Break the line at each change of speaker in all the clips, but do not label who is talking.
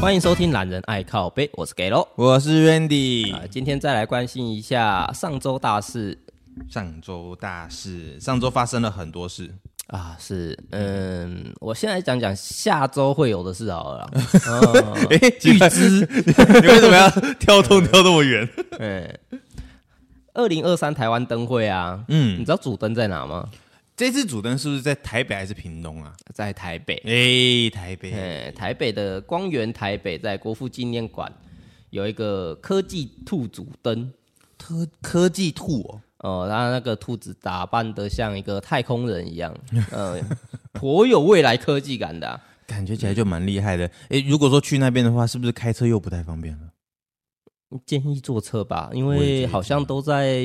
欢迎收听《懒人爱靠背》，我是 g a l o
我是 Randy
啊、。今天再来关心一下上周大事
上周大事，上周发生了很多 事。
啊，是嗯，我先来讲讲下周会有的事好了啦。
哎、 预知，你为什么要跳动跳那么远？
嗯，二零二三台湾灯会啊，你
嗯，
知道主灯在哪吗？
这次主灯是不是在台北还是屏东啊？
在台北。
哎、台北。
嗯，台北的光源台北在国父纪念馆有一个科技兔主灯，
科科技兔哦，
哦，他那个兔子打扮的像一个太空人一样， 呃，颇有未来科技感的啊、
感觉起来就蛮厉害的。哎、如果说去那边的话，是不是开车又不太方便了？
建议坐车吧，因
我也觉
为
得
好像都在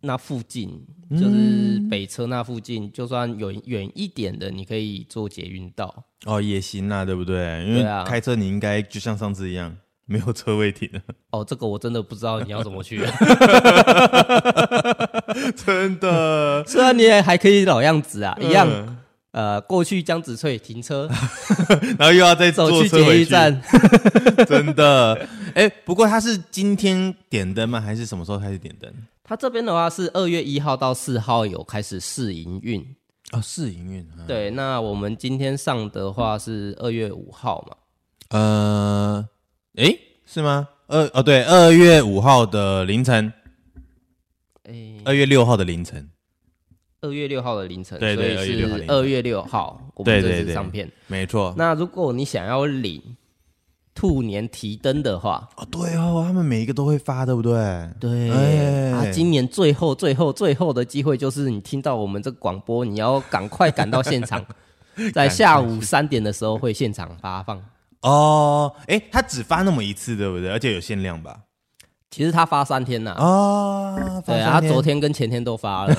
那附近，就是北车那附近，就算远远一点的，你可以坐捷运到。
哦，也行啦，对不对？因
对
为
啊
开车你应该就像上次一样，没有车位停了。
哦，这个我真的不知道你要怎么 去、
真 的，
虽然你也还可以老样子啊，一样，
嗯
呃，过去江子翠停 车，
然后又要再坐
走去
车
捷
回
运站，
真的。哎、不过他是今天点灯吗？还是什么时候开始点灯？
它这边的话是二月一号到四号有开始试营运，
哦，试营运啊。
对，那我们今天上的话是二月五号嘛，
呃，哎、是吗？二哦，对，二月五号的凌晨，
诶、
二月六号的凌晨，
二月六号的凌晨，
对对
所
2月6号凌
以是
晨
二月六号，我们
对
这
对
次
对
上片。
没错。
那如果你想要领兔年提灯的话，
哦，对哦，他们每一个都会发，对不对？
对、
哎
啊，今年最后最后最后的机会就是你听到我们这个广播，你要赶快赶到现 场，在下午三点的时候会现场发放。
哦，哎、他只发那么一次，对不对？而且有限量吧？
其实他发三天呐、
啊，
对啊，他昨
天，
天跟前天都发 了，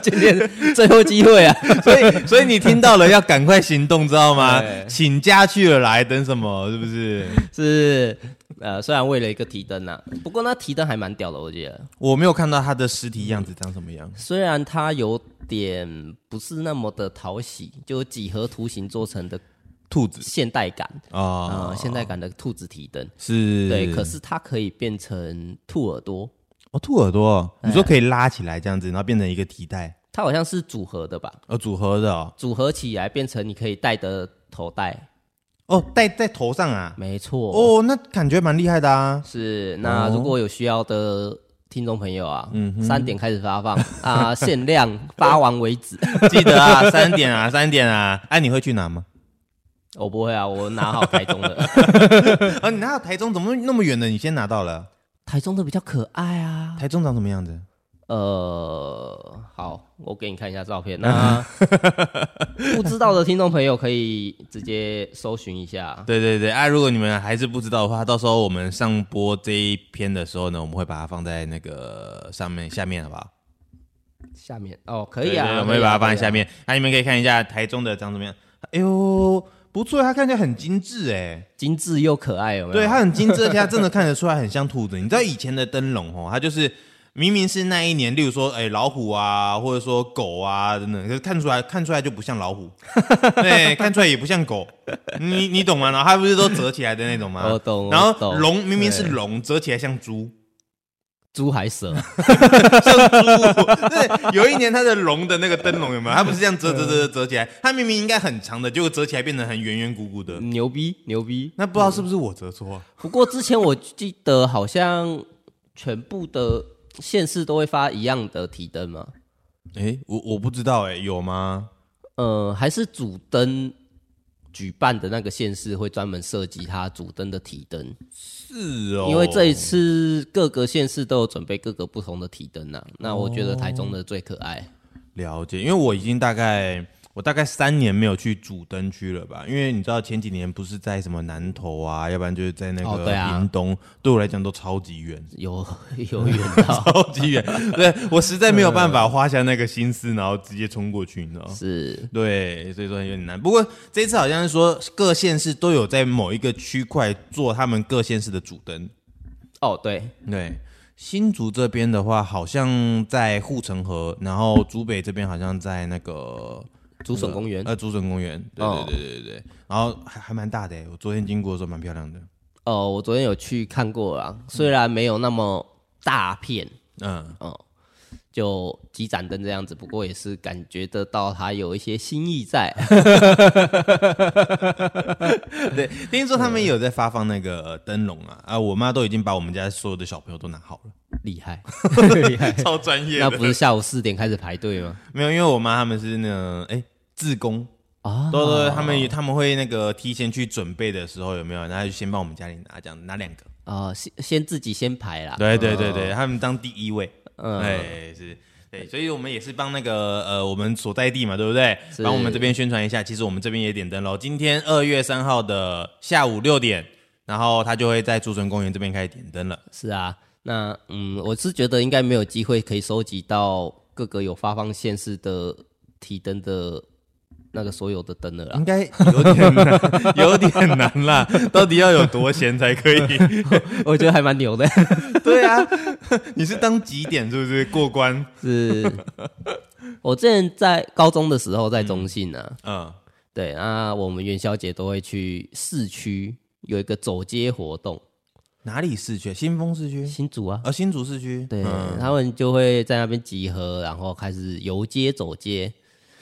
今天最后机会啊！
所以所以你听到了，要赶快行动，知道 吗
对？
请假去了来，等什么？是不是？
是呃，虽然为了一个提灯呐、不过那提灯还蛮屌的，我觉得。
我没有看到他的实体样子长什么样。
虽然它有点不是那么的讨喜，就几何图形做成的
兔子
现代感，
啊
呃，现代感的兔子提灯，
是，
对，可是它可以变成兔耳朵，
哦，兔耳朵，你说可以拉起来这样子，然后变成一个提袋，
它好像是组合的吧，
哦，组合的哦，
组合起来变成你可以戴的头戴，
哦，戴在头上啊，
没错，
哦，那感觉蛮厉害的啊，
是，那如果有需要的听众朋友啊，
嗯
三点开始发放啊，限量发完为止。
记得啊， 三点啊，三点啊，哎、你会去拿吗？
我不会啊，我拿好台中 的，
啊，你拿到台中怎么那么远的？你先拿到了，
台中的比较可爱啊。
台中长什么样子？
呃，好，我给你看一下照
嗯
片。那不知道的听众朋友可以直接搜寻一下。
对对对，啊，如果你们还是不知道的话，到时候我们上播这一篇的时候呢，我们会把它放在那个上面下面，好不好？
下面哦，可以
对对
啊，
我们会把它放在
可以啊
下。面。那、你们可以看一下台中的长怎么样？哎呦，不错，它看起来很精致哎、
啊精致又可爱，有没有？
对，它很精致，而且它真的看得出来很像兔子。你知道以前的灯笼哦，它就是明明是那一年，例如说哎、老虎啊，或者说狗啊等等，可是看出来看出来就不像老 虎，对，看出来也不像狗，你你懂吗？然后它不是都折起来的那种吗？
我懂我
然后
懂
龙明明是
对
龙，折起来像猪。
猪还蛇，
对，有一年它的龙的那个灯笼有没有？它不是这样折折折折起来，它明明应该很长的，结果折起来变成很圆圆鼓鼓的。
牛逼牛逼。
那不知道是不是我折错啊？
不过之前我记得好像全部的县市都会发一样的提灯嘛，
哎、我我不知道哎、有吗？
呃，还是主灯举办的那个县市会专门设计它主灯的提灯，
是哦，
因为这一次各个县市都有准备各个不同的提灯呐、那我觉得台中的最可爱，
了解，因为我已经大概我大概三年没有去主灯区了吧，因为你知道前几年不是在什么南投啊，要不然就是在那
哦
个
对啊
屏东，对我来讲都超级远。
有 有远到
超级 远，对我实在没有办法花下那个心思，然后直接冲过去，你知道吗？
是
对，所以说有点难。不过这次好像是说各县市都有在某一个区块做他们各县市的主灯。
哦对，
对，新竹这边的话，好像在护城河，然后竹北这边好像在那个
竹笋公园
呃，竹笋公园，对
哦
对对对对对，然后还还蛮大的欸，我昨天经过的时候蛮漂亮的，
哦，我昨天有去看过啦，虽然没有那么大片
嗯，
哦，就几盏灯这样子，不过也是感觉得到它有一些新意 在。
对，听说他们有在发放那个呃灯笼啊，啊，我妈都已经把我们家所有的小朋友都拿好了，
厉害，厉害！
超专 业
那
的，
不是下午四点开始排队吗？
没有，因为我妈他们是那个哎、自工，
啊，
都都他们他们会那个提前去准备的时候有没有，然后就先帮我们家里拿这样拿两个，
啊，先先自己先排啦。哦
对对对对，他们当第一位，
嗯
哎是。对，所以我们也是帮那个呃，我们所在地嘛，对不对？
是
帮我们这边宣传一下。其实我们这边也点灯喽，今天二月三号的下午六点，然后他就会在竹笋公园这边开始点灯了。
是啊，那嗯，我是觉得应该没有机会可以收集到各个有发放县市的提灯的那个所有的灯了啦。
应该有点难， 有点难啦。到底要有多闲才可 以？
我觉得还蛮牛的，
对啊，你是当几点是不是过关？
是。我之前在高中的时候在中信啊，
嗯，
对啊，我们元宵节都会去市区有一个走街活动，
哪里市区？新丰市区？
新竹啊，
呃，新竹市区？
对、
嗯
他们就会在那边集合，然后开始游街走街。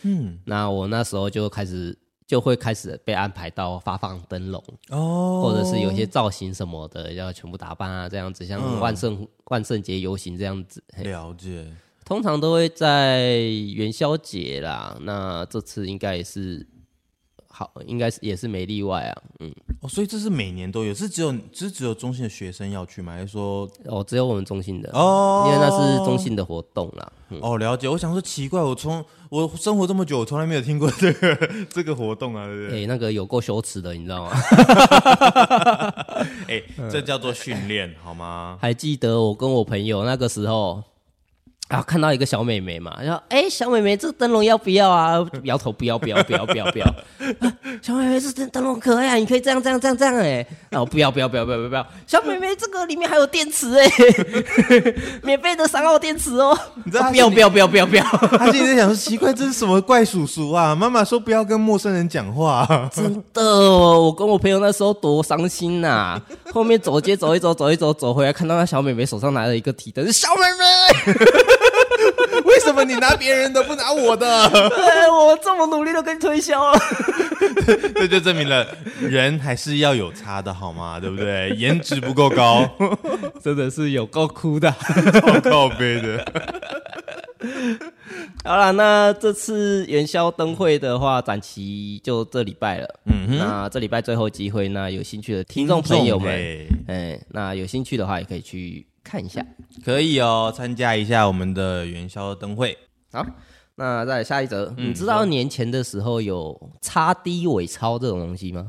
嗯，
那我那时候就开始就会开始被安排到发放灯笼，
哦，嗯
或者是有一些造型什么的要全部打扮啊，这样子，像万圣、万圣节游行这样子，嘿
了解。
通常都会在元宵节啦。那这次应该也是好，应该是也是没例外啊。嗯，
哦，所以这是每年都有，是只有是只有中心的学生要去吗？还是说
哦，只有我们中信的，
哦，
因为那是中信的活动啦。
哦，了解。我想说奇怪，我从我生活这么久，我从来没有听过这个 这个活动啊，对不对？
诶、那个有够羞耻的，你知道吗？
哎、这叫做训练好 吗？
还记得我跟我朋友那个时候啊，看到一个小美眉嘛，然后哎、小美眉这灯笼要不要啊？摇头不要不要不要不要不 要、啊小美眉这灯灯笼可爱啊，你可以这样这样这样这样哎、然后不要不要不要不要不要不要，小美眉这个里面还有电池哎、 免费的三号电池哦，
你知道
啊
她
不要
心里
不要不要不要 不要，
他现在想说奇怪，这是什么怪叔叔啊？妈妈说不要跟陌生人讲话、啊
真的，我跟我朋友那时候多伤心呐、后面走街走一走走一走走回来，看到那小美眉手上拿了一个提灯，小美眉。
为什么你拿别人的不拿我的？啊
对 我这么努力都跟你推销了，
这就证明了人还是要有差的好吗？对不对？颜值不够高，
真的是有够哭的。
超靠背的。
好了，那这次元宵灯会的话，展期就这礼拜了。
嗯哼，
那这礼拜最后机会，那有兴趣的听众朋友们，嗯
嘿
哎、那有兴趣的话也可以去看一下。
可以哦，参加一下我们的元宵灯会。
好，那再来下一则，你知道年前的时候有擦低尾钞这种东西吗？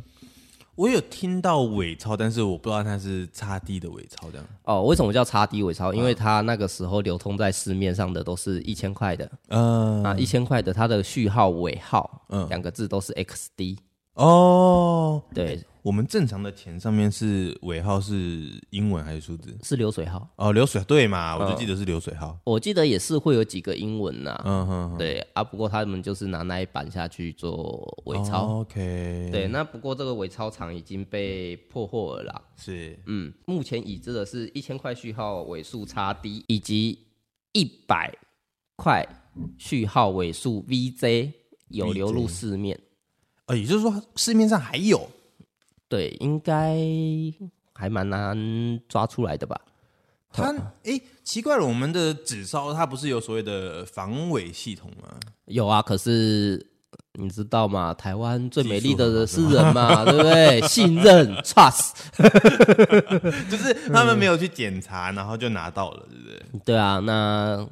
我有听到伪钞，但是我不知道它是擦低的伪钞这样。
哦，为什么叫擦低尾钞？因为它那个时候流通在市面上的都是一千块的、
嗯、
啊，一千块的，它的序号尾号，
嗯
两个字都是 XD。
呃哦，
对，
我们正常的钱上面是尾号是英文还是数字？
是流水号。
哦，流水对嘛，
呃
我就记得是流水号。
我记得也是会有几个英文呐、
嗯哼哼，
对啊，不过他们就是拿那一版下去做伪钞。
哦 OK，，
对，那不过这个伪钞厂已经被破获了啦。
是
嗯，目前已知的是一千块序号尾数差 D 以及一百块序号尾数 VJ 有流入市面。
呃，也就是说市面上还有
对，应该还蛮难抓出来的吧？
它，诶，奇怪了，我们的纸钞它不是有所谓的防伪系统吗？
有啊，可是你知道吗？台湾最美丽的
技术
是人嘛，对不对？ 信任 trust，
就是他们没有去检查，然后就拿到了，对不对？
对啊。那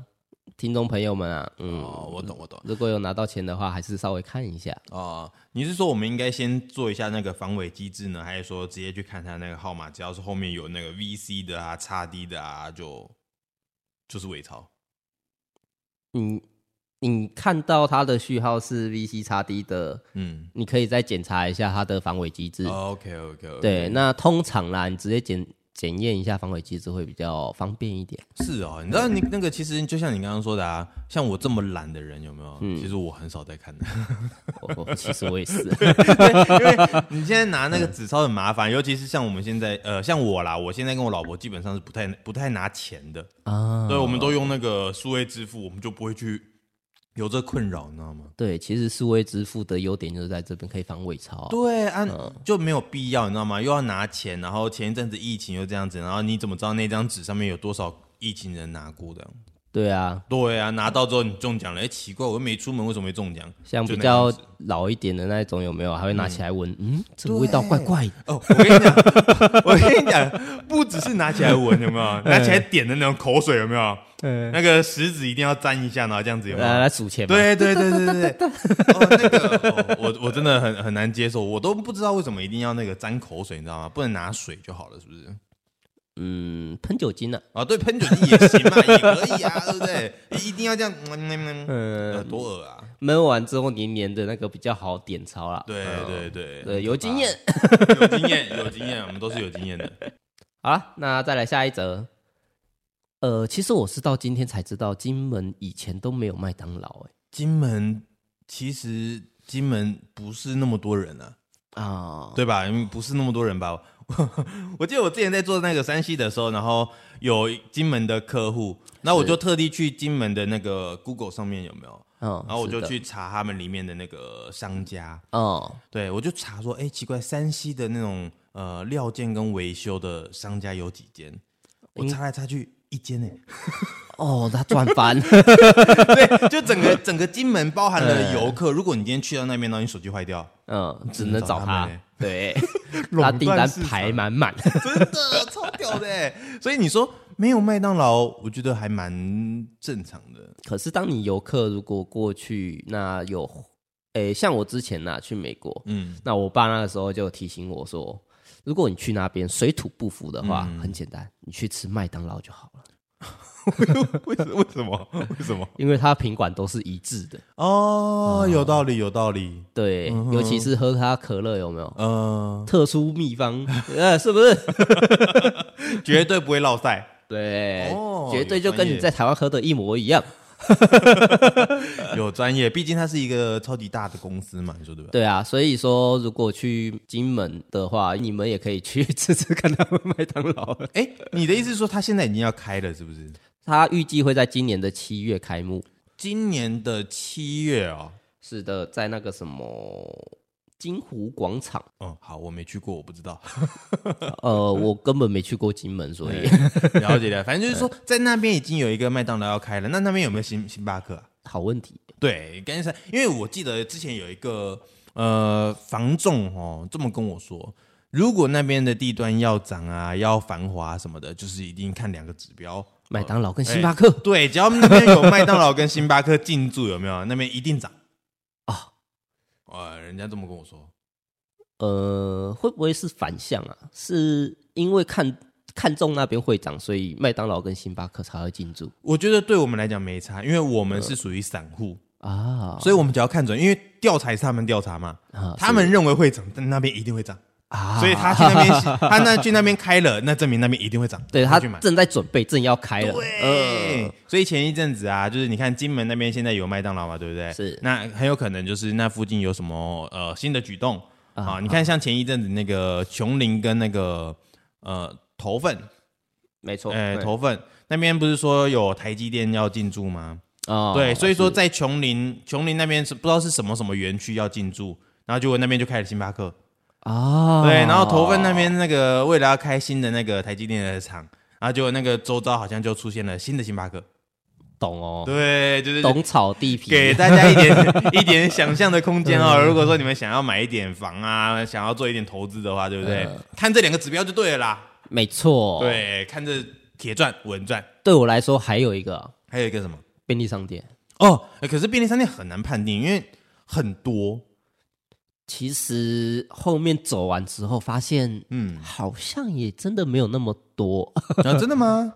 听众朋友们啊，嗯，
哦，我懂，我懂。
如果有拿到钱的话，还是稍微看一下。
哦，你是说我们应该先做一下那个防伪机制呢，还是说直接去看他那个号码？只要是后面有那个 VC 的啊、叉 D 的啊，就就是伪钞。
你你看到它的序号是 VC 叉 D 的，
嗯哦
你可以再检查一下它的防伪机制。
，OK OK OK，
对，那通常啦，你直接检检验一下防伪机制会比较方便一 点。
是哦，你知道你那个其实就像你刚刚说的啊，像我这么懒的人有没有？其实我很少在看的，
我我哦其实我也 是，
你现在拿那个纸钞很麻烦，尤其是像我们现在呃，像我啦，我现在跟我老婆基本上是不太不太拿钱的
啊
所以我们都用那个数位支付，我们就不会去有这困扰，你知道吗？
对，其实数位支付的优点就是在这边可以防伪钞。
对啊，就没有必要，你知道吗？又要拿钱，然后前一阵子疫情又这样子，然后你怎么知道那张纸上面有多少疫情人拿过的？
对啊，
对啊，拿到之后你中奖了，哎、奇怪，我又没出门，为什么没中奖？
像
就
比
那样
较
子
老一点的那一种有没有？还会拿起来闻，嗯，这个味道怪怪的。
哦，我跟你讲， 我跟你讲，不只是拿起来闻，有没 有？拿起来点的那种口水，有没有？那个食指一定要沾一下，然后这样子有没有
来？来数钱嘛。
对对对对对对，哦，那个、哦我我真的很很难接受，我都不知道为什么一定要那个沾口水，你知道吗？不能拿水就好了，是不是？
嗯，喷酒精呢、
啊，对，喷酒精也行嘛，也可以啊，对不对？一定要这样，嗯嗯嗯
嗯，
呃多恶啊！
闷完之后黏黏的那个比较好点钞啦。
对啊
嗯
对对，啊
对，有经验。
有经验，有经验，我们都是有经验的。
好了，那再来下一则。呃，其实我是到今天才知道，金门以前都没有麦当劳、欸，
金门其实金门不是那么多人啊，
啊，
对吧？因为不是那么多人吧。 我记得我之前在做那个山西的时候，然后有金门的客户，那我就特地去金门的那个 Google 上面有没有，
嗯，
然后我就是
的，
去查他们里面的那个商家，
哦，
对我就查说，哎、奇怪，山西的那种呃料件跟维修的商家有几间？我查来查去一间呢、
哦，他赚翻，
对，就整个整个金门包含了游客，如果你今天去到那边，然后你手机坏掉，
嗯，只能找
只能找他
他
们欸，
对， 他订单排满满，
真的超屌的欸。所以你说没有麦当劳，我觉得还蛮正常的。
可是当你游客如果过去，那有，诶、像我之前呐、去美国，
嗯，
那我爸那个时候就提醒我说，如果你去那边水土不服的话，很简单，你去吃麦当劳就好了，
为什为什么为什么？
因为它品管都是一致的。嗯
哦，有道理，有道理。
对，尤其是喝它可乐有没有？
嗯、
特殊秘 方，呃，是不是？
绝对不会落赛。
对，
哦
绝对就
有
跟
专业
你在台湾喝的一模一样。
有专业，毕竟它是一个超级大的公司嘛，你说对不对？
对啊，所以说如果去金门的话，你们也可以去 吃吃看他们麦当劳。
哎、你的意思是说它现在已经要开了，是不是？
它预计会在今年的七月开幕。
今年的七月哦，
是的，在那个什么金湖广场。
嗯，好，我没去过，我不知道。
呃，我根本没去过金门，所
哎
以
了解了，反正就是说，在那边已经有一个麦当劳要开了，那那边有没有星星巴克、啊？
好问题。
对，跟上，因为我记得之前有一个呃房仲哦，这么跟我说，如果那边的地段要涨啊，要繁华什么的，就是一定看两个指标。
麦当劳跟星巴克
对，只要那边有麦当劳跟星巴克进驻，有没有？那边一定涨。哎
啊，
呃，人家这么跟我说，
呃，会不会是反向啊？是因为看看中那边会长，所以麦当劳跟星巴克才会进驻
我觉得对我们来讲没差，因为我们是属于散户，
啊
所以我们只要看准，因为调查也是他们调查嘛，
啊
他们认为会涨，但那边一定会涨，
啊
所以他去那边，他那去那边开了，那证明那边一定会涨，
对他
去买。
正在准备，正要开了。呃
对，呃所以前一阵子啊，就是你看金门那边现在有麦当劳嘛，对不对？
是
那很有可能就是那附近有什么呃新的举动啊你看像前一阵子那个琼林跟那个呃头份，
没错，
哎、
对
头份那边不是说有台积电要进驻吗？
啊
对，所以说在琼林琼林那边是不知道是什么什么园区要进驻。然后结果那边就开了星巴克，
啊，
对，然后头份那边那个为了要开新的那个台积电的厂，然后结果那个周遭好像就出现了新的星巴克，
懂哦，
对，就是
懂草地皮，嗯
给大家一点 一点想象的空间哦。如果说你们想要买一点房啊，想要做一点投资的话，对不对？
呃
看这两个指标就对了啦。
没错。，
对，看这铁赚稳赚，
对我来说还有一个
还有一个什么？
便利商店。
哦，呃可是便利商店很难判定，因为很 多。
其实后面走完之后，发现
嗯，
好像也真的没有那么多。
啊，真的吗？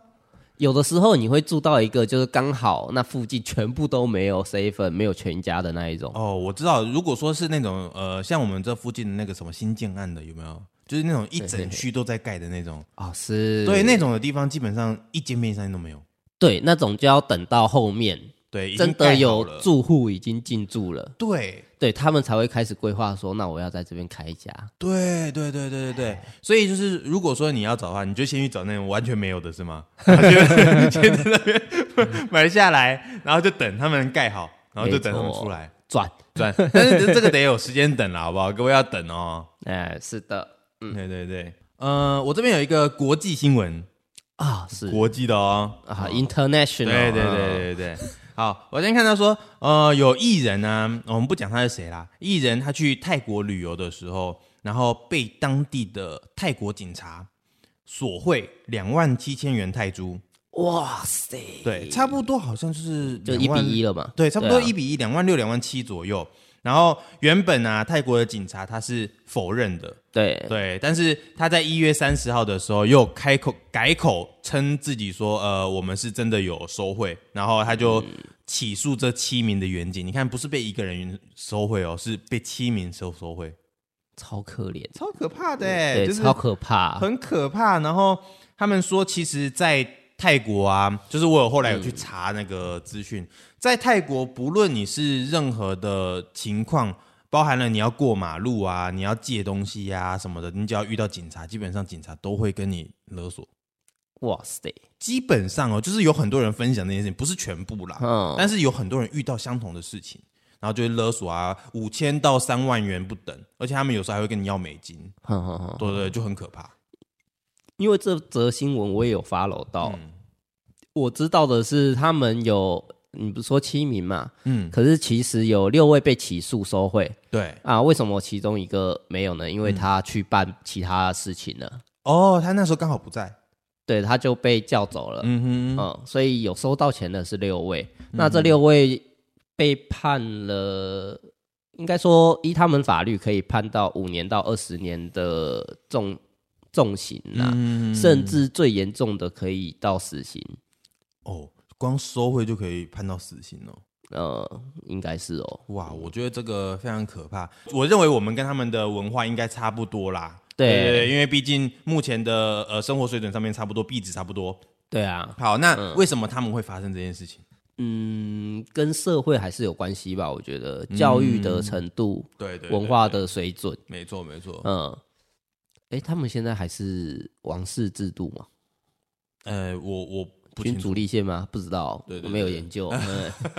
有的时候你会住到一个，就是刚好那附近全部都没有 seven，没有全家
哦
的那一种。
哦，我知道，如果说是那种呃，像我们这附近的那个什么新建案的，有没有？就是那种一整区都在盖的那种。
哦，是，
对，那种的地方基本上一间便利商店都没有。
对那种就要等到后面
对，已经
真的
盖好
有
了。
住户已经进驻了，
对，
对他们才会开始规划说，那我要在这边开一家。
对，对，对，对，对，对。所以就是，如果说你要找的话，你就先去找那种完全没有的，是吗？然后就 先在那
嗯
边买下来，然后就等他们盖好，然后就等他们
没错
出来
转，
赚。但是这个得有时间等了，好不好？各位要等哦。
哎、是的，
对对对，呃，我这边有一个国际新闻，
啊、是
国际的哦。
啊，international，
对对对对对。好，我先看到说，呃，有艺人呢、我们不讲他是谁啦，艺人他去泰国旅游的时候，然后被当地的泰国警察索贿两万七千元泰铢，
哇塞，
对，差不多好像就是
嗯就
2
一
万
比一了嘛，
对，差不多
啊
一比一，两万六、两万七左右。然后原本啊，泰国的警察他是否认的，
对，
对，但是他在一月三十号的时候又开口改口称自己说，呃，我们是真的有收贿，然后他就起诉这七名的员警。你看，不是被一个人收贿哦，是被七名收收贿，
超可怜，
超可怕的、欸，
对，
就是
超可怕，
很可怕。然后他们说，其实，在泰国啊，就是我有后来有去查那个资讯，在泰国，不论你是任何的情况，包含了你要过马路啊，你要借东西呀、什么的，你只要遇到警察，基本上警察都会跟你勒索。
哇塞，
基本上哦，就是有很多人分享这件事情，不是全部啦，
嗯
但是有很多人遇到相同的事情，然后就会勒索啊，五千到三万元不等，而且他们有时候还会跟你要美金，
哼哼哼，
对对对，就很可怕。
因为这则新闻我也有 follow 到，
嗯
我知道的是他们有，你不是说七名嘛，
嗯，
可是其实有六位被起诉收贿
对。
啊，为什么其中一个没有呢？因为他去办其他事情了，
哦，他那时候刚好不在。
对，他就被叫走了。
嗯哼，
嗯，所以有收到钱的是六位，那这六位被判了，应该说依他们法律可以判到五年到二十年的重重刑呐、
嗯
甚至最严重的可以到死刑。
哦，光收贿就可以判到死刑哦。
呃，应该是哦，
哇，我觉得这个非常可怕。我认为我们跟他们的文化应该差不多啦。
对
因为毕竟目前的呃生活水准上面差不多，币值差不多。
对啊，
好，那为什么他们会发生这件事情？
嗯，跟社会还是有关系吧，我觉得教育的程度、
嗯对对
文，化的水准，
对没错没错。
嗯，诶，他们现在还是王室制度吗？
呃，我我不
君
清楚。
主立宪吗？不知道，
对对
我没有研 究。嗯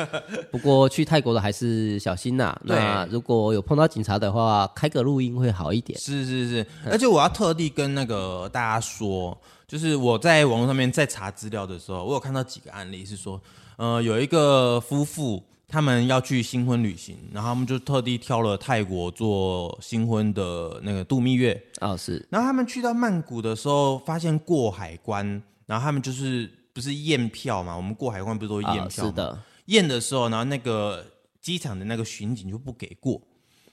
不过去泰国的还是小心呐、
对
那如果有碰到警察的话，开个录音会好一点。
是是是，而且我要特地跟那个大家说，就是我在网络上面在查资料的时候，我有看到几个案例是说，呃，有一个夫妇他们要去新婚旅行，然后他们就特地挑了泰国做新婚的那个度蜜月，
哦，是
然后他们去到曼谷的时候，发现过海关，然后他们就是不是验票嘛？我们过海关不是都会
啊、
验票、
是，的，
验的时候，然后那个机场的那个巡警就不给过，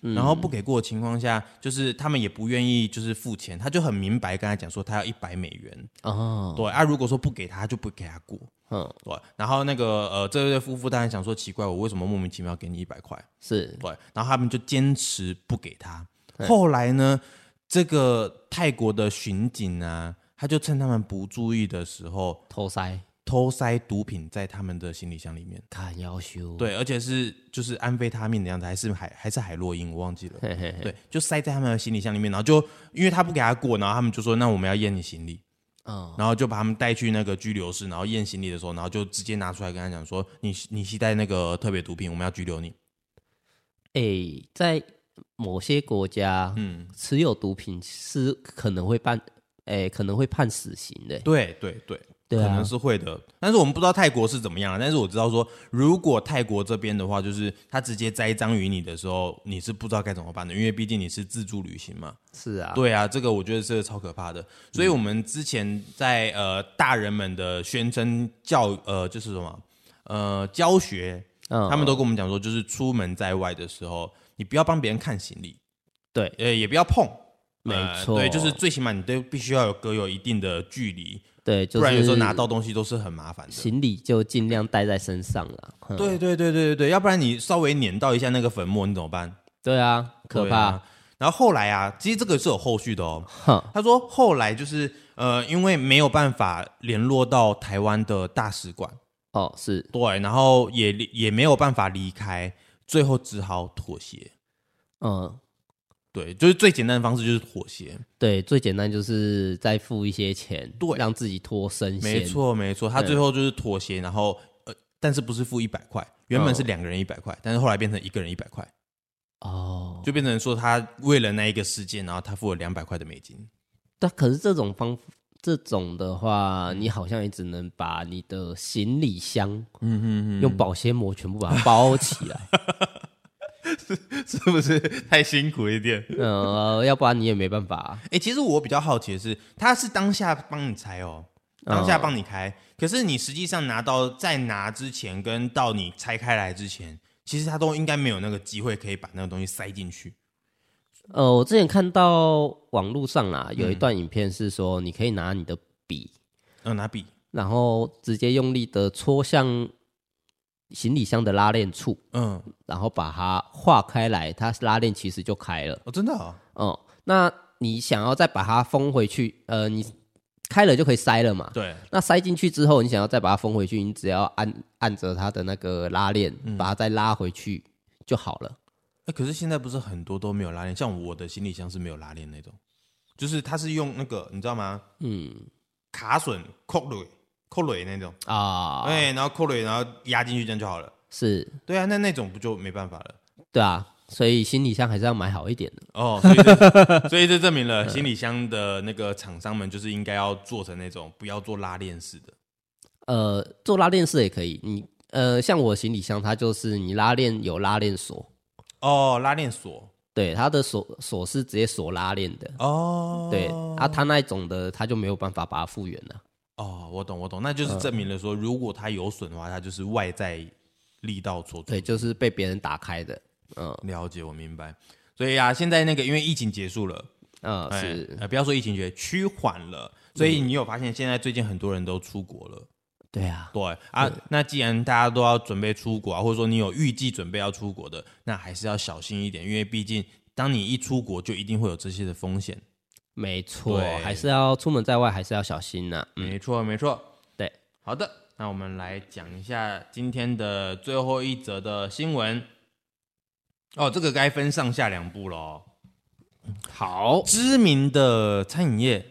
然后不给过的情况下，就是他们也不愿意就是付钱，他就很明白跟他讲说他要一百美元，
哦，
对啊，如果说不给他，他就不给他过，
嗯，
对，然后那个呃这对夫妇当然想说奇怪，我为什么莫名其妙给你一百块？
是
对，然后他们就坚持不给他。后来呢，这个泰国的巡警啊，他就趁他们不注意的时候，
偷塞，
偷塞毒品在他们的行李箱里面。
看要修，，
对，而且是就是安非他命的样子，还是海还是海洛因，我忘记了。
嘿嘿嘿，
对，就塞在他们的行李箱里面，然后就因为他不给他过，然后他们就说那我们要验你行李，
嗯，
然后就把他们带去那个拘留室，然后验行李的时候，然后就直接拿出来跟他讲说你你携带那个特别毒品，我们要拘留你。
诶，在某些国家，
嗯，
持有毒品是可能会判，诶，可能会判死刑的。
对对对，
对
可能
啊，
是会的，但是我们不知道泰国是怎么样啊但是我知道说，如果泰国这边的话，就是他直接栽赃于你的时候，你是不知道该怎么办的，因为毕竟你是自助旅行嘛。
是啊，
对啊，这个我觉得是超可怕的。所以我们之前在呃大人们的宣称教呃就是什么呃教学，
嗯，
他们都跟我们讲说，就是出门在外的时候，你不要帮别人看行李，
对
呃也不要碰。
没
呃
错
对，就是最起码你都必须要有隔有一定的距离，
对，就是
不然有时候拿到东西都是很麻烦的。
行李就尽量带在身上啦。嗯
对对对对对对，要不然你稍微碾到一下那个粉末，你怎么办？
对啊，可
对
怕
啊。然后后来啊，其实这个是有后续的哦。
哼，
他说后来就是呃，因为没有办法联络到台湾的大使馆，
哦，是
对，然后也也没有办法离开，最后只好妥协。
嗯，
对，就是最简单的方式就是妥协。
对，最简单就是再付一些钱，
对
让自己脱身先。
没，错，没错，他最后就是妥协，然后呃，但是不是付一百块？原本是两个人一百块，但是后来变成一个人一百块，
哦，
就变成说他为了那一个事件，然后他付了两百块的美金。
但可是这种方这种的话，你好像也只能把你的行李箱
嗯哼
用保鲜膜全部把它包起 来，
哼， 是不是太辛苦一点？
呃，要不然你也没办法啊、
哎、其实我比较好奇的是，他是当下帮你拆哦，当下帮你开，可是你实际上拿到在拿之前跟到你拆开来之前，其实他都应该没有那个机会可以把那个东西塞进去。
呃，我之前看到网络上啦，有一段影片是说，你可以拿你的笔，
嗯，拿笔，
然后直接用力的戳向行李箱的拉链处，
嗯，
然后把它化开来，它拉链其实就开了。
哦，真的、哦，
哦、那你想要再把它封回去，呃，你开了就可以塞了嘛？
对，
那塞进去之后，你想要再把它封回去，你只要按按着它的那个拉链，把它再拉回去就好了。
欸可是现在不是很多都没有拉链，像我的行李箱是没有拉链那种，就是它是用那个你知道吗？
嗯
卡榫扣蕊扣蕊那种，
啊，
对，然后扣蕊然后压进去这样就好了。
是，
对啊，那那种不就没办法了
对啊，所以行李箱还是要买好一点的。
哦，所以就所以就证明了行李箱的那个厂商们就是应该要做成那种不要做拉链式的，
呃，做拉链式也可以，你呃，像我行李箱，它就是你拉链有拉链锁，
哦，拉链锁
对，它的锁锁是直接锁拉链的，
哦，
对，啊，它那一种的，它就没有办法把它复原了。
哦，我懂我懂，那就是证明了说，如果它有损的话，它就是外在力道所
对，就是被别人打开的，嗯
了解，我明白。所以啊，现在那个因为疫情结束了，
嗯，
哎
是，
呃，不要说疫情结束趋缓了，所以你有发现现在最近很多人都出国了。
对啊，
对啊，那既然大家都要准备出国啊，或者说你有预计准备要出国的，那还是要小心一点，因为毕竟当你一出国，就一定会有这些的风险。
没错
对，
还是要出门在外，还是要小心呐、嗯，
没错，没错。
对，
好的，那我们来讲一下今天的最后一则的新闻。哦，这个该分上下两部喽。
好
知名的餐饮业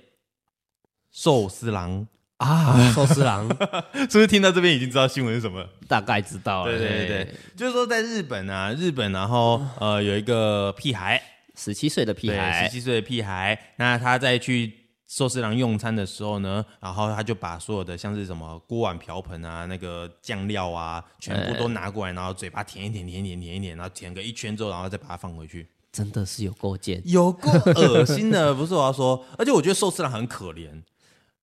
寿司郎，
啊，寿司郎
是不是听到这边已经知道新闻是什么了？哎
大概知道了，
对对对，，就是说在日本啊，日本然后呃有一个屁孩，
十七岁的屁
对，
孩
十，七岁的屁孩，那他在去寿司郎用餐的时候呢，然后他就把所有的像是什么锅碗瓢盆啊、那个酱料啊，全部都拿过来，然后嘴巴舔一舔、舔一舔、舔一舔，然后舔个一圈之后，然后再把它放回去。
真的是有够贱，
有够恶心的，不是我要说， 而且我觉得寿司郎很可怜，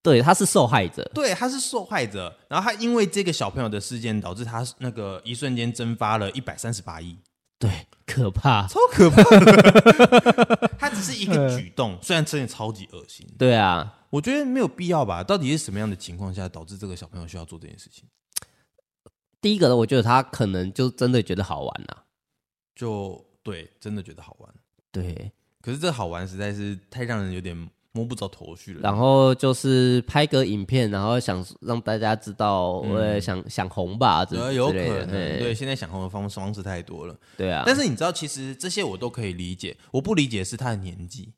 对，他是受害者，
对，他是受害者，然后他因为这个小朋友的事件，导致他那个一瞬间蒸发了一百三十八亿，
对，可怕，
超可怕的。 嗯他只是一个举 动，虽然真的超级恶心，
对啊，
我觉得没有必要吧。到底是什么样的情况下导致这个小朋友需要做这件事情？
第一个呢，我觉得他可能就真的觉得好玩啊啦、
就对，真的觉得好玩，
对，
可是这好玩实在是太让人有点摸不着头绪了。
然后就是拍个影片，然后想让大家知道，呃，想想红吧，之
呃，嗯有
之
可
类的
能，
嘿
对，现在想红的方方式太多了。
对啊，
但是你知道，其实这些我都可以理解，我不理解的是他的年纪。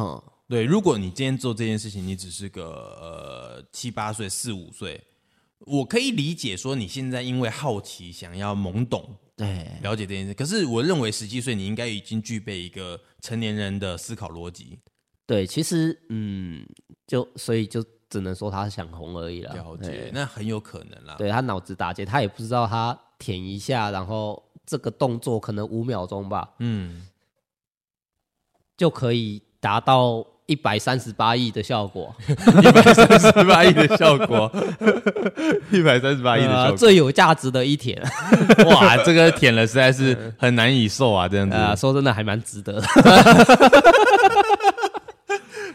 嗯，
对，如果你今天做这件事情，你只是个呃七八岁、四五岁，我可以理解说你现在因为好奇想要懵懂
对，
了解这件事。可是我认为十七岁你应该已经具备一个成年人的思考逻辑。
对，其实嗯，就所以就只能说他想红而已了。
了
对
解，那很有可能啦。
对他脑子打结，他也不知道他舔一下，然后这个动作可能五秒钟吧，
嗯，
就可以达到一百三十八亿的效果，
一百三十八亿的效果， 一百三十八亿的
呃
效
最有价值的一 舔
果， 哇，这个舔了实在是很难以受啊，这样
啊、说真的还蛮值得的。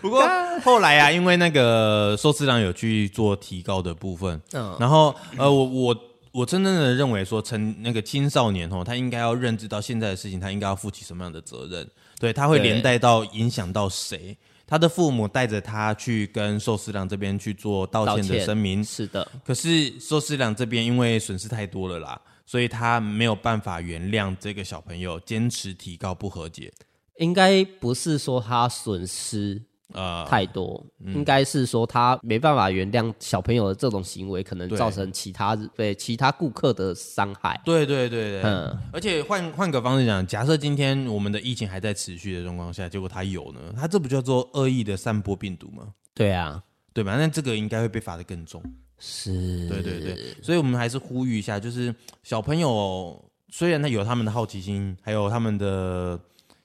不过 后来啊，因为那个寿司郎有去做提高的部分，
嗯
然后呃，我我我真正的认为说，成那个青少年哦，他应该要认知到现在的事情，他应该要负起什么样的责任，对他会
对
连带到影响到谁。他的父母带着他去跟寿司郎这边去做道
道
歉的
歉
声明，
是的，
可是寿司郎这边因为损失太多了啦，所以他没有办法原谅这个小朋友，坚持提高不和解。
应该不是说他损失
呃，
太多，应该是说他没办法原谅小朋友的这种行为，可能
对
造成其他对其他顾客的伤害。
对对对对，
嗯
而且换换个方式讲，假设今天我们的疫情还在持续的状况下，结果他有呢，他这不叫做恶意的散播病毒吗？
对啊，
对吧？那这个应该会被罚的更重。
是，
对对对，所以我们还是呼吁一下，就是小朋友虽然他有他们的好奇心，还有他们的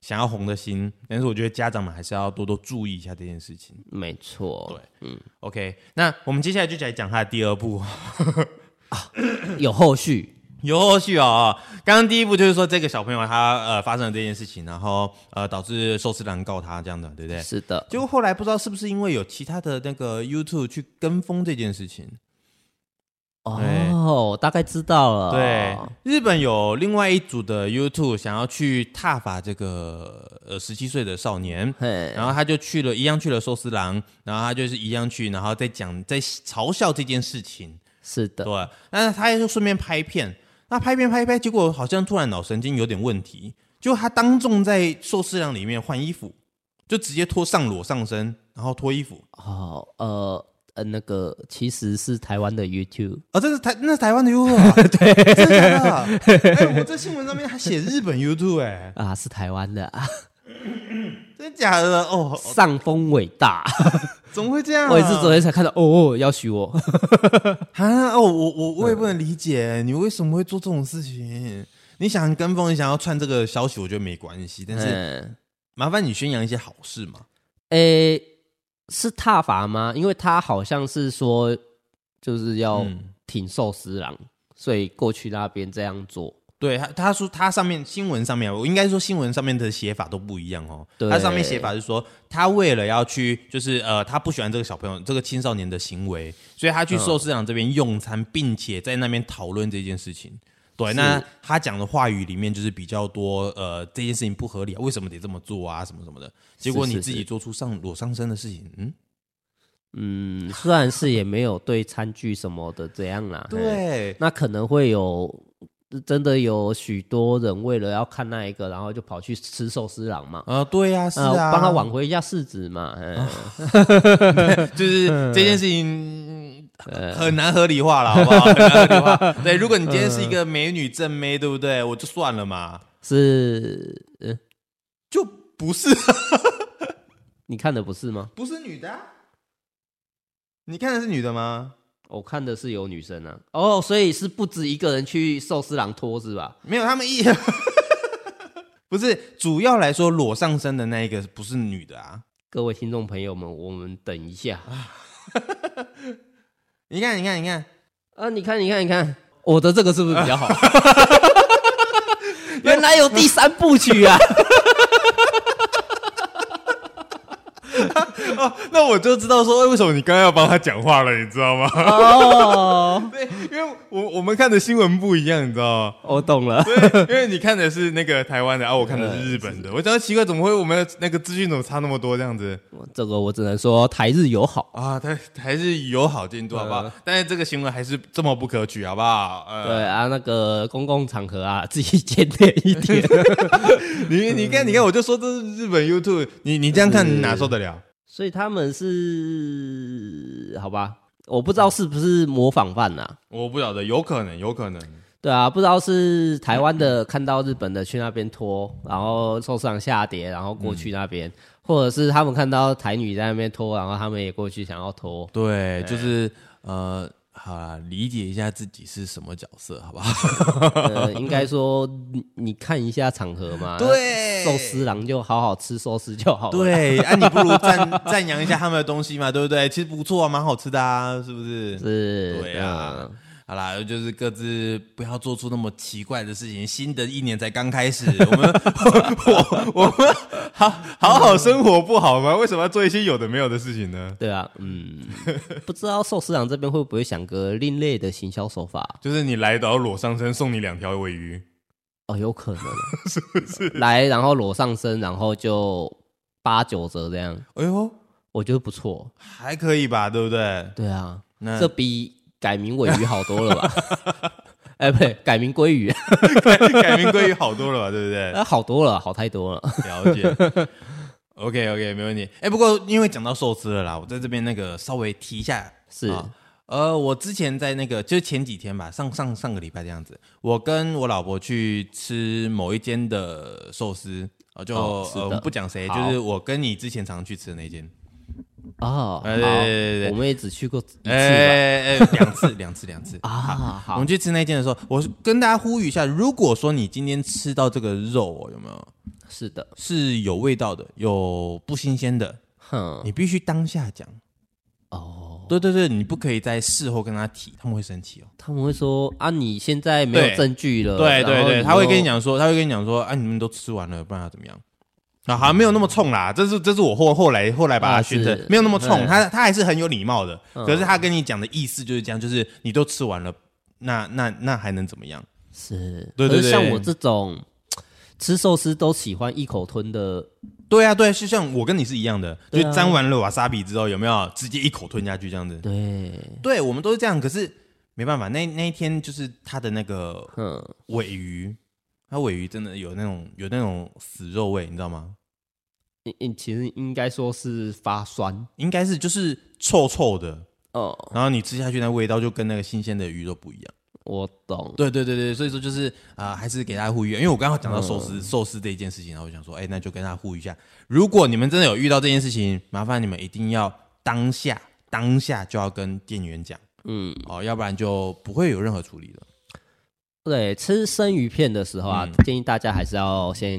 想要红的心，但是我觉得家长们还是要多多注意一下这件事情。
没错，
OK，那我们接下来就来讲他的第二步，
有后续，
有后续哦。刚刚第一步就是说，这个小朋友他呃发生了这件事情，然后呃导致寿司郎告他这样的，对不对？
是的，
结果后来不知道是不是因为有其他的那个 YouTube 去跟风这件事情，
哦，大概知道了，
对，日本有另外一组的 YouTube 想要去踏伐这个呃十七岁的少年，
嘿，
然后他就去了，一样去了寿司郎，然后他就是一样去，然后再讲在嘲笑这件事情，
是的，
对，那他就顺便拍片，那拍片拍一拍，结果好像突然脑神经有点问题，就他当众在寿司郎里面换衣服，就直接脱上裸上身，然后脱衣服，
哦，呃。呃，那个其实是台湾的 YouTube，
哦，这是台那是台湾的 YouTube，、啊、 对，真的假的？哎、我这新闻上面还写日本 YouTube 哎、
啊，是台湾的、啊，
真的假的？哦，啊
上风伟大，
怎么会这样、啊？
我也是昨天才看到，哦，哦要许我，
啊，哦，我我我也不能理解，你为什么会做这种事情？你想跟风，你想要串这个消息，我觉得没关系，但是
嗯，
麻烦你宣扬一些好事嘛。
诶、是踏伐吗？因为他好像是说就是要
嗯
挺寿司郎，所以过去那边这样做。
对他，他说他上面新闻上面，我应该说新闻上面的写法都不一样哦。
对
他上面写法是说，他为了要去，就是呃，他不喜欢这个小朋友这个青少年的行为，所以他
嗯
去寿司长这边用餐，并且在那边讨论这件事情。对，那他讲的话语里面就是比较多，呃，这件事情不合理啊，为什么得这么做啊，什么什么的。结果
是
你
是
自己做出上裸上身的事情，嗯，
嗯，虽然是也没有对餐具什么的这样啦，嘿，
对，
那可能会有真的有许多人为了要看那一个，然后就跑去吃寿司郎嘛，
呃，对呀、是啊，哦
呃帮他挽回一下市值嘛，嗯，
就是这件事情嗯很难合理化了，好不好？很难合理化。对，如果你今天是一个美女正妹，对不对？我就算了嘛，
是
就不是
你看的不是吗？
不是女的啊、你看的是女的吗？
我看的是有女生啊，哦，所以是不止一个人去寿司郎拖是吧？
没有，他们一 不是主要来说裸上身的那一个不是女的啊。
各位听众朋友们，我们等一下。
你看，你看，你看，
啊，你看，你看，你看，我的这个是不是比较 好？原来有第三部曲啊！
那我就知道说哎为什么你刚刚要帮他讲话了，你知道吗？
哦，
对，因为我我们看的新闻不一样，你知道吗？
我懂了。
因为你看的是那个台湾的，啊，我看的 是日本的。我想到奇怪，怎么会我们的那个资讯怎么差那么多这样 子
这个我只能说台日友好。
啊？它还是有好进度，好不好？但是这个新闻还是这么不可取，好不好？呃，
对啊，那个公共场合啊，自己检点一点。
你你看，你看，我就说这是日本 YouTube，你你这样看，你哪受得了？
所以他们是好吧？我不知道是不是模仿犯呐、啊？
我不晓得，有可能，有可能。
对啊，不知道是台湾
嗯
的看到日本的去那边拖，然后受伤下跌，然后过去那
嗯
边，或者是他们看到台女在那边拖，然后他们也过去想要 拖。
对，就是呃，好啦，理解一下自己是什么角色，好不好？
呃，应该说你你看一下场合
哎
嘛。
对
寿司郎就好好吃寿司就好了。，
对，啊，你不如赞赞扬一下他们的东西嘛，对不对？其实不错啊，蛮好吃的啊，是不是？
是，
对啊。好啦，就是各自不要做出那么奇怪的事情。新的一年才刚开始，我们我我们好好好生活不好吗？为什么要做一些有的没有的事情呢？
对啊，嗯， 不知道寿司郎这边会不会想个另类的行销手法？
就是你来到裸上身，送你两条尾鱼。
哦，有 可能，是不是？来，然后裸上身，然后就八九折这样，
哎呦，
我觉得不错。
还可以吧，对不对？
对啊，
那
这比改名尾鱼好多了吧？ 哎，不对，改名鲑鱼，
哎改名归于好多了吧，对不对？
那好多了，好太多了。
了解。OK OK，没问题。哎、不过因为讲到寿司了啦，我在这边那个稍微提一下，
是
啊呃，我之前在那个就是前几天吧，上上上个礼拜这样子，我跟我老婆去吃某一间的寿司，呃、就、
哦是
呃
的
我们不讲谁，
好
就是我跟你之前常去吃的那间，
哦，好
哎对对对对
我们也只去过一次吧
哎哎，两次两次两次。
啊。
我
好
们，去吃那间的时候，我是跟大家呼吁一下，如果说你今天吃到这个肉哦，有没有
是的，
是有味道的，有不新鲜的，
哼，
你必须当下讲。
哦，
对对对，你不可以在事后跟他提，他们会生气哦。
他们会说啊，你现在没
对
有证据了。
对
呃然
对
后
对，
又
他会跟你，讲说，他会跟你讲说，啊，你们都吃完了，不然要怎么样？啊，好像没有那么冲啦，这是这是我后后来后来把他
啊
熏成、
是
没有那么冲，
嗯
他他还是很有礼貌的，可是他跟你讲的意思就是这样，就是你都吃完了，那那那还能怎么样？
是，
对对
可是
对
像我这种吃寿司都喜欢一口吞的，
对啊，对，是像我跟你是一样的，就
对啊
沾完了瓦萨比之后，有没有直接一口吞下去这样子？
对，
对，我们都是这样，可是没办法，那那一天就是他的那个
哼，
尾鱼，它尾鱼真的有那种有那种死肉味，你知道吗？
你你其实应该说是发酸
应该是就是臭臭的，
哦，
然后你吃下去那味道就跟那个新鲜的鱼肉不一样。
我懂，
对对对对，所以说就是啊、呃还是给大家呼吁，因为我刚刚讲到寿司寿、司这一件事情，然后我想说，哎、那就跟大家呼吁一下，如果你们真的有遇到这件事情，麻烦你们一定要当下当下就要跟店员讲
嗯，
哦，要不然就不会有任何处理了。
对，吃生鱼片的时候啊，
嗯
建议大家还是要先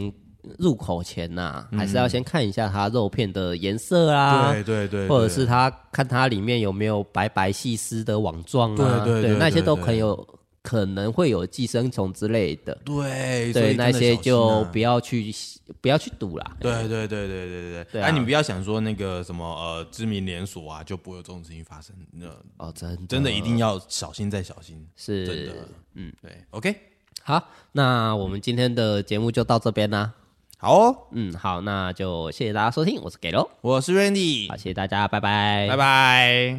入口前呐、还是要先看一下它肉片的颜色啊。
嗯对对对对
或者是它看它里面有没有白白细丝的网状啊，
对对对
那些都
对对
可能有可能会有寄生虫之类的，
对所以
对，
真的
那些
小心
就
啊
不要去不要去赌啦。
对对对对对对对，
对
啊，
啊
你不要想说那个什么呃知名连锁啊，就不会有这种事情发生。那
哦，真的
真的一定要小心再小心，真
是
的，嗯，对，OK，
好，那我们今天的节目就到这边啦。
好哦，
嗯，好，那就谢谢大家收听，我是给喽，
我是 Randy，
好，谢谢大家，拜拜，
拜。拜。